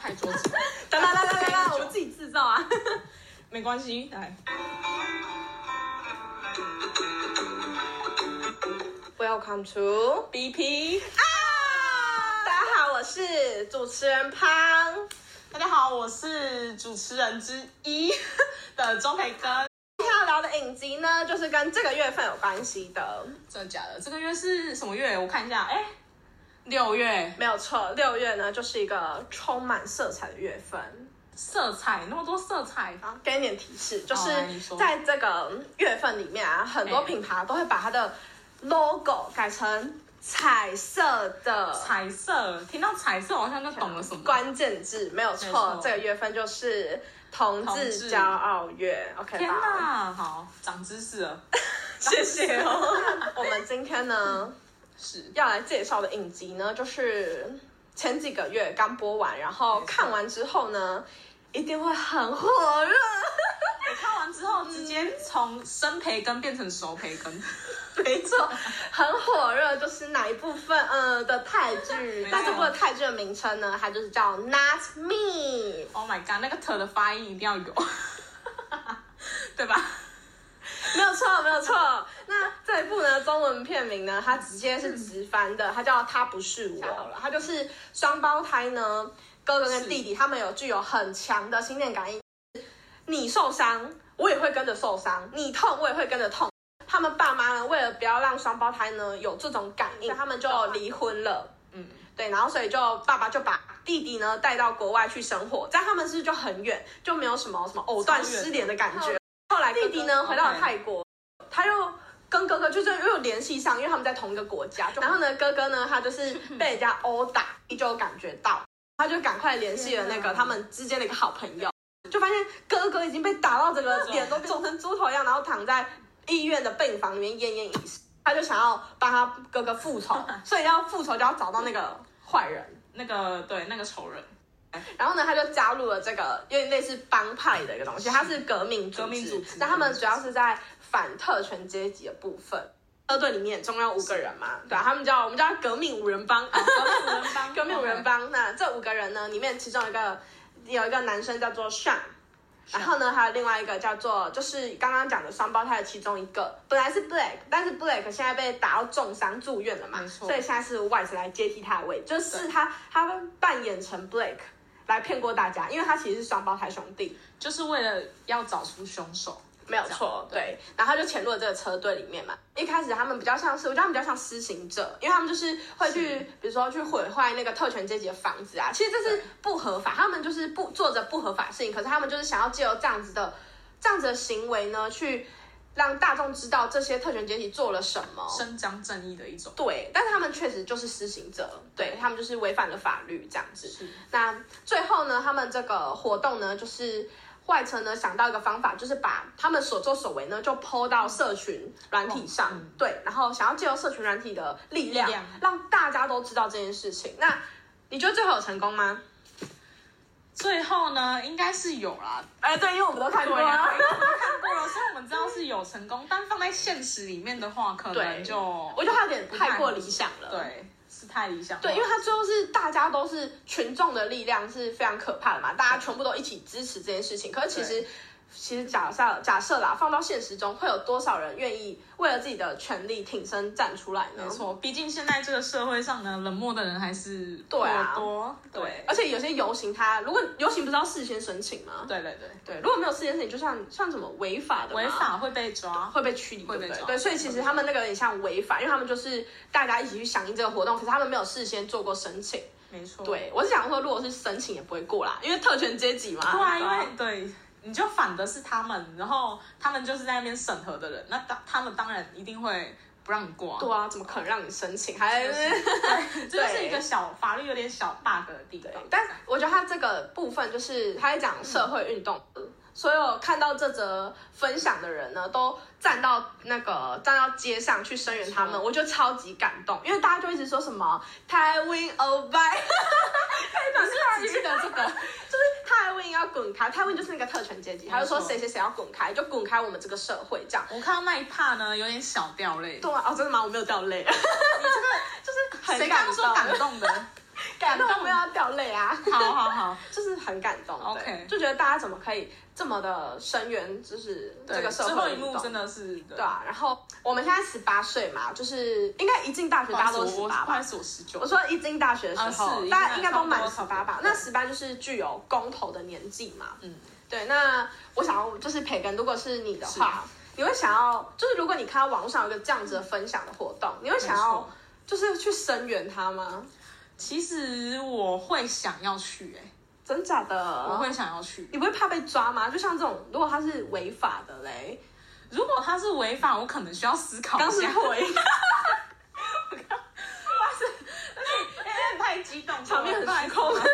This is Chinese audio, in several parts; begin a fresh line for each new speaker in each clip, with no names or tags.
拍桌子。
来来来来来 来，我们自己制造啊！
没关系，来，
Welcome to
BP。
啊
大家好，我是主持人胖。
大家好，我是主持人之一的钟培根。
今天要聊的影集呢，就是跟这个月份有关系的，
真的假的？这个月是什么月？我看一下，哎、六月，
没有错。六月呢，就是一个充满色彩的月份。
色彩那么多色彩，
好，给你点提示，就
好
哦
是
来你说
在这个月份里面啊，很多
哎
品牌都会把它的 logo 改成彩色的。
彩色，听到彩色我好像就懂了什么。
关键字没有
没
错
错，
这个月份就是同
同
志
志
骄傲月，OK
天
吧？
哪，好，长知识了。
谢谢 哦。我们今天呢
是，
要来介绍的影集呢，就是前几个月刚播完，然后
没错
看完之后呢，一定会很火热。
我看完之后直接从生培根变成熟培根。
没错，很火热，就是哪一部分？呃的泰剧
没错，
那这部的泰剧的名称呢，它就是叫《Not Me》。
Oh my god，那个 t 的发音一定要有， 对吧？
没有错，没有错。那这一部呢，中文片名呢，它直接是直翻的，它叫《他不是我
吓到了》，
它就是双胞胎呢，哥哥跟弟弟，他们有具有很强的心电感应。你受伤，我也会跟着受伤；你痛，我也会跟着痛。他们爸妈呢，为了不要让双胞胎呢有这种感应，他们就离婚了。
嗯，
对，然后所以就爸爸就把弟弟呢带到国外去生活，这样他们是不是就很远，就没有什么什么藕断丝连的感
超
觉。后来弟弟呢
OK
回到了泰国，他又跟哥哥就是又有联系上，因为他们在同一个国家。然后呢，哥哥呢他 就是被人家殴打，就有感觉到，他就赶快联系了那
天哪
个他们之间的一个好朋友，就发现哥哥已经被打到整个脸都肿成猪头一样，然后躺在医院的病房里面奄奄一息。他就想要帮他哥哥 复仇，所以要复仇就要找到那个坏人。
那个对，那个仇人，
然后呢，他就加入了这个有点类似帮派的一个东西，它是革命组织。
革命组织
那他们主要是在反特权阶级的部分。二队里面总共有五个人嘛，对、啊，他们叫我们叫革命五人帮，
革命五人帮，
革命五人帮。那这五个人呢，里面其中一个有一个男生叫做 Sean。然后呢，还有另外一个叫做，就是刚刚讲的双胞胎的其中一个，本来是 Black，但是 Black 现在被打到重伤住院了嘛
没，错
所以现在是 White 来接替他的位置，就是他他扮演成 Black 来骗过大家，因为他其实是双胞胎兄弟，
就是为了要找出凶手。
没有错，对。然后他就潜入了这个车队里面嘛。一开始他们比较像是，我觉得他们比较像施行者，因为他们就是会去，比如说去毁坏那个特权阶级的房子啊。其实这是不合法，他们就是不做着不合法事情，可是他们就是想要借由这样子的这样子的行为呢，去让大众知道这些特权阶级做了什么。
伸张正义的一种。
对，但是他们确实就是施行者，对他们就是违反了法律这样子。
是，
那最后呢，他们这个活动呢，就是外层呢想到一个方法，就是把他们所作所为呢，就抛到社群软体上，
嗯
对，然后想要借由社群软体的力量，
力量
让大家都知道这件事情。那你觉得最后有成功吗？
最后呢，应该是有啦。
哎，对，因为我们都看
对
过啊
呀，
了。
因为我们看过了，所以我们知道是有成功，但放在现实里面的话，可能
对
就
我觉得他有点太过理想了。。
对是太理想化。
对，因为他最后是大家都是群众的力量是非常可怕的嘛，大家全部都一起支持这件事情。可是其实，其实假设假设啦，放到现实中，会有多少人愿意为了自己的权利挺身站出来呢
没？错，毕竟现在这个社会上呢，冷漠的人还是
对啊
颇多。对，
而且有些游行它，如果游行不是要事先申请吗？
对对对
对，如果没有事先申请，就像像什么违法的嘛
违法会被抓。
会被驱离，对
会
不
被
对？
抓
对，所以其实他们那个有点像违法，因为他们就是大家一起去响应这个活动，可是他们没有事先做过申请。
没错。
对，我是想说，如果是申请也不会过啦，因为特权阶级嘛。
对啊，因为对，你就反的是他们，然后他们就是在那边审核的人，那当他们当然一定会不让你过、啊。
对啊，怎么可能让你申请？还
对，这 就是一个
对
小法律有点小 bug 的地方。
但我觉得他这个部分就是他在讲社会运动，
嗯
所有看到这则分享的人呢，都站到那个站到街上去声援他
没
们，
错
我就超级感动，因为大家就一直说什么台湾欧 巴，
哎你是记得这 个，
台湾要滚开，台湾就是那个特权阶级，他就说
没错
谁谁谁要滚开，就滚开我们这个社会这样。哦
我看到那一趴呢，有点小掉泪。
对啊，哦，真的吗？我没有掉泪，
你这个
就是很
谁刚刚说
动
感动的？
感动没有要掉泪啊，
好好好，
就是很感动。对
OK
就觉得大家怎么可以这么的声援，就是这
对
个社
最后
会
一
运动
幕真的是对
对啊。然后我们现在十八岁嘛，就是应该一进大学大家都十
啊我
八吧
快。数十九
我，说一进大学的时候，
啊是
大家
应
应
该
该
差
都
不多
满十八
差
吧
不？多
那十八就是具有公投的年纪嘛。
嗯，
对，那我想要就是培根，如果是你的话，你会想要就是如果你看到网络上有一个这样子的分享的活动，你会想
没
要
错
就是去声援他吗？
其实我会想要去、欸，
真假的？
我会想要去。
你不会怕被抓吗？就像这种，如果他是违法的 嘞，
如果他是违法，我可能需要思考
刚
一
是
下。
回，
太激动，
场面很虚空
不好意思。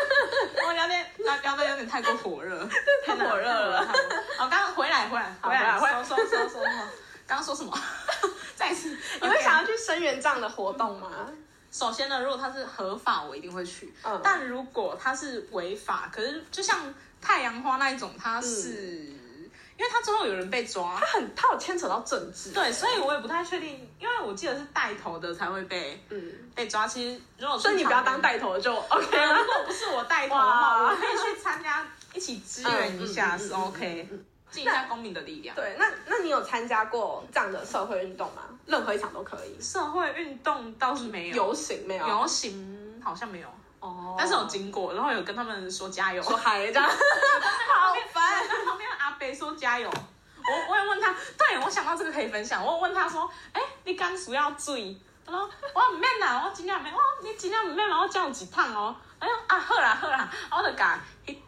我聊天聊聊的有点太过火热，
太火热了
太火热好，刚刚回来，回来，
好
来，
回来
收收收收收。刚刚说什么？ 再一次，
你会想要去声援这样的活动吗？
首先呢，如果它是合法，我一定会去。
嗯
但如果它是违法，可是就像太阳花那一种，它是、因为它最后有人被抓，
他嗯很，他有牵扯到政 治，
对，所以我也不太确定，因为我记得是带头的才会被
嗯，
被抓。其实如果是
所以你不要当
旁边
带头就 OK
呃
了
如。果不是我带头的话，
哇
我可以去参加，一起支援一下、是 OK，尽一下公民的力量。
对，那那你有参加过这样的社会运动吗？任何一场都可以，
社会运动倒是没有，
游行没有？
游行好像没有，
哦，
但是有经过，然后有跟他们说加油，
说嗨这样， 好烦。
那旁边的阿北说加油。我我也问他，对我想到这个可以分享，我有问他说，哎、你甘薯要醉？他说我唔免啦，我尽量免，我你尽量唔免啦，我叫有几趟哦。哎呦啊，好啦好啦，我就讲，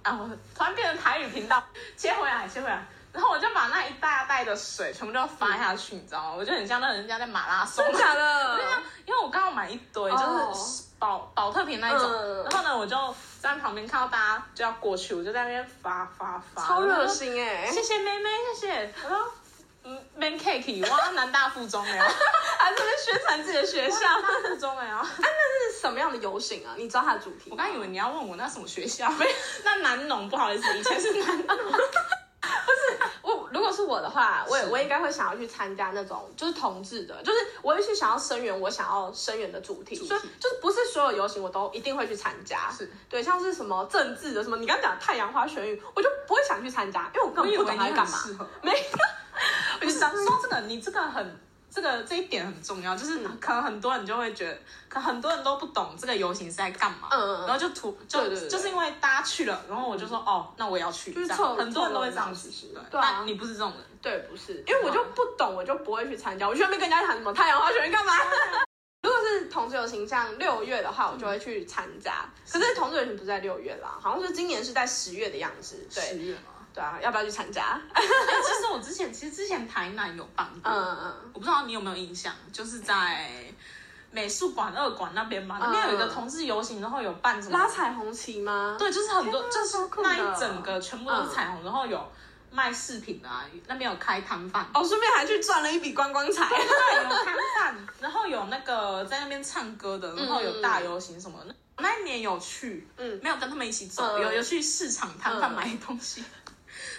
啊我突然变成台语频道，切回来切回来，然后我就把那一大袋的水全部都发下去，你知道吗？我就很像那人家在马拉 松
真，假的？
因为我刚好买一堆，
哦
就是保保特瓶那一种。
嗯
然后呢，我就在旁边看到大家就要过去，我就在那边发发发，
超热心哎、
谢谢妹妹，谢谢。我说，嗯，man cake，我要南大附 中哎，
还在那边宣传自己的学
我
校。
要南大附中哎啊！
这是什么样的游行啊？你知道它的主题吗？
我刚以为你要问我那什么学校，没有 那南农，不好意思，以前是南农。
我如果是我的话，我也
是
我应该会想要去参加那种就是同志的，就是我也去想要声援我想要声援的主题，
主题
所以就是不是所有游行我都一定会去参加，
是
对，像是什么政治的什么，你刚刚讲太阳花学运，我就不会想去参加， 因为我根本不懂他在干嘛，
嘛？
没
我就想说这个，你这个很。这个这一点很重要，就是
嗯
可能很多人就会觉得，可很多人都不懂这个游行是在干嘛，
嗯嗯
然
嗯
后就图就
对对对
就是因为大家去了，然后我就说、哦，那我也要去，
就是
这
凑
样很多人都会这样
凑
子
热闹其实，
对
对啊
但你不是这种人，
对，不是，因为我就不懂，我就不会去参加，我去那边跟人家谈什么太阳花学运 干嘛？如果是同志游行，像六月的话，我就会去参加。可是同志游行不是在六月啦，好像是今年是在十月的样子。对
月嘛，
对啊，要不要去参加？
哎、其实我之前其实之前台南有办过，
嗯嗯，
我不知道你有没有印象，就是在美术馆二馆那边吧，那边有一个同志游行，然后有办什么
拉，彩虹旗吗？
对，就是很多，就是
超酷的
那一整个全部都是彩虹，然后有卖饰品的啊，那边有开摊贩，
哦，顺便还去赚了一笔观光彩。
对，有摊贩，然后有那个在那边唱歌的，然后有大游行什么的。那一年有去，
嗯
没有跟他们一起走，
嗯
有有去市场摊贩
嗯
买东西。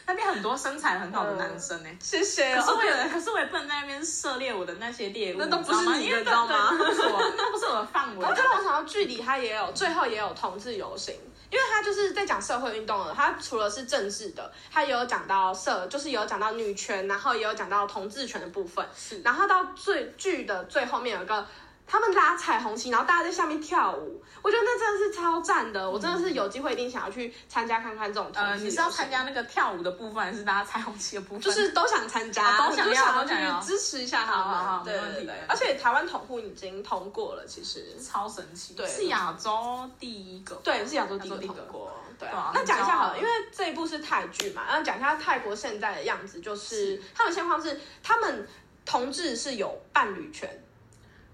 那边很多身材很好的男生欸呢、
谢谢。哦
可是我也
OK
可是我也不能在那边涉猎我的那些猎物，
那都不
你知
是
道吗
你
因
的
为
知道吗哦啊
对那不是我， 那不是我的范围
然。后真的，我想到剧里他也有，最后也有同志游行，因为他就是在讲社会运动了。他除了是政治的，他也有讲到社，就是也有讲到女权，然后也有讲到同志权的部分。
是
然后到最剧的最后面有一个。他们拉彩虹旗，然后大家在下面跳舞，我觉得那真的是超赞的。我真的是有机会一定想要去参加看看这种同志
嗯呃，你是要
游行
参加那个跳舞的部分，还是大家彩虹旗的部分？
就是都想参加，
啊都想要
就
都想要
去支持一下他们。
好好好
对
没问题
对对
没问，题
而且台湾同户已经通过了，其实
超神奇，
对
是亚洲第一个，
对是亚洲第一个
亚洲第一
通
个
过。对
对啊
啊，那讲一下好了，
很
因
骄
为
傲
这一部是泰剧嘛，然后讲一下泰国现在的样子，就是他们现况是他们同志是有伴侣权，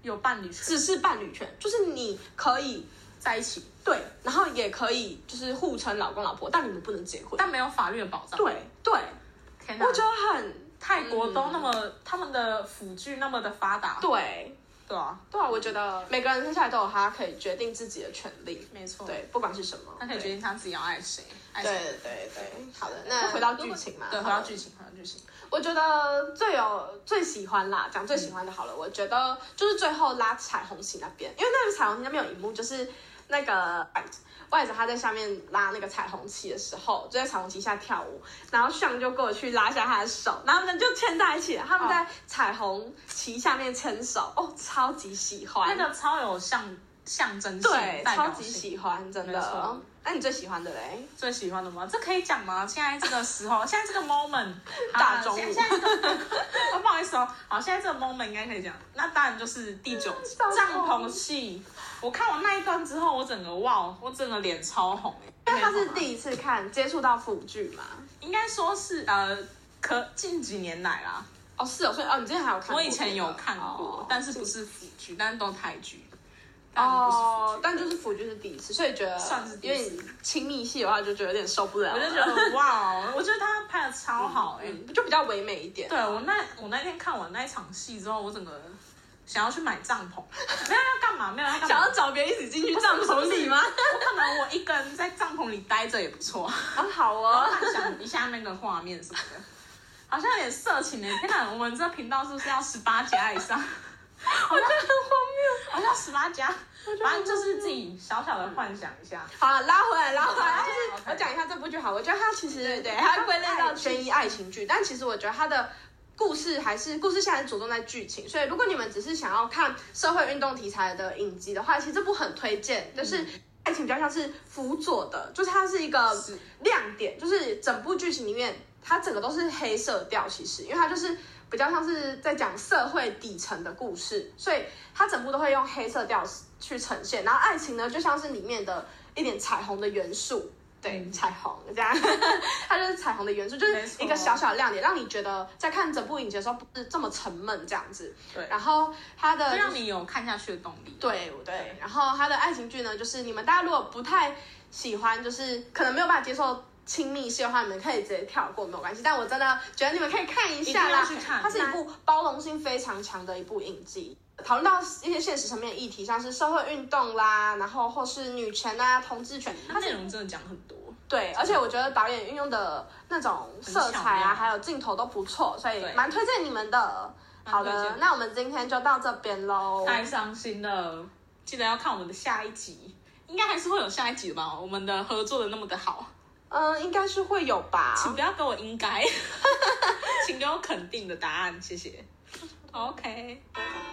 有伴侣
只是伴侣权，就是你可以
在一起，
对，然后也可以就是互称老公老婆，但你们不能结婚。
但没有法律的保障。
对对，
天哪
我，觉得嗯很
泰国都那么他们的辅具那么的发达，
对
对啊，
对啊，我觉得每个人生下来都有他可以决定自己的权利。
没错，
对，不管是什么，
他可以决定他自己要爱谁，爱
对。
谁。
对对对，好的，那回到剧情嘛，
对，
好
回
了
到剧情，回到剧情，
我觉得最有最喜欢啦，讲最喜欢的好了。我觉得就是最后拉彩虹旗那边，因为那个彩虹旗那边有一幕，就是那个 White White 他在下面拉那个彩虹旗的时候，就在彩虹旗下跳舞，然后上就过去拉一下他的手，然后他们就牵在一起了，他们
哦
在彩虹旗下面牵手，哦，超级喜欢，
那个超有象象征性，
对，
代表
超
性
级喜欢，真
没
的
错。
那你最喜欢的嘞？
最喜欢的吗？这可以讲吗？现在这个时 候，现在这个 moment，
大
啊
中午
现在现在这个，我不好意思 哦。好，现在这个 moment 应该可以讲。那当然就是第九 集
嗯
帐篷戏。我看完那一段之后，我整个哇，哦我整个脸超红哎、
因为他是
你没有吗
第一次看接触到腐剧嘛。
应该说是呃，可近几年来啦，
哦，是哦，所以哦，你之前还有看过？
我以前有看过
哦，
但是不是腐剧，但是都台 剧，但不是腐
哦
剧，
但就是腐剧是第一次，所以觉得
算是第
因
一
为
次
你亲密戏的话，就觉得有点受不了
我
了。
就觉得哇哦，我觉得他拍的超好哎、
嗯，就比较唯美一点。
对我那我那天看完那一场戏之后，我整个想要去买帐 篷，没有要干嘛，没有要干嘛，
想要找别人一起进去帐 篷里吗？
我可能我一个人在帐篷里待着也不 错，
啊，好
我
哦，
幻想一下那个画面什么的，好像有点色情呢。欸天哪，我们这频道是不是要十八加以上？
我觉得很
好像十八加，
得
反正就是自己小小的幻想一下。
荒谬。好了，拉回来，拉回来，
好
就是
好
我讲一下这部剧好，我觉得它其实
对对
它归类
它
到
是爱
悬疑爱情剧，但其实我觉得它的。故事还是故事，现在着重在剧情，所以如果你们只是想要看社会运动题材的影集的话，其实这部很推荐。就是爱情比较像是辅佐的，就是它是一个
是
亮点，就是整部剧情里面，它整个都是黑色调，其实，因为它就是比较像是在讲社会底层的故事，所以它整部都会用黑色调去呈现。然后爱情呢，就像是里面的一点彩虹的元素。对，
嗯
彩虹这样，它就是彩虹的元素，就是
没错
一个小小的亮点，让你觉得在看整部影集的时候不是这么沉闷这样子。
对
然后它的
会
就是
让你有看下去的动力。
对对，然后他的爱情剧呢，就是你们大家如果不太喜欢，就是可能没有办法接受亲密戏的话，你们可以直接跳过，没有关系。但我真的觉得你们可以看一下啦
一定要去，看
它是一部包容性非常强的一部影集。讨论到一些现实层面的议题，像是社会运动啦，然后或是女权啊、同志权，
它内容真的讲很多，
对，而且我觉得导演运用的那种色彩
很巧妙
啊，还有镜头都不错，所以
对
蛮推荐你们的。
蛮
好
推
的
荐，
那我们今天就到这边喽。
太伤心了。记得要看我们的下一集，应该还是会有下一集的吧？我们的合作的那么的好。
嗯，应该是会有吧。
请不要给我应该，请给我肯定的答案，谢谢。OK。
拜拜。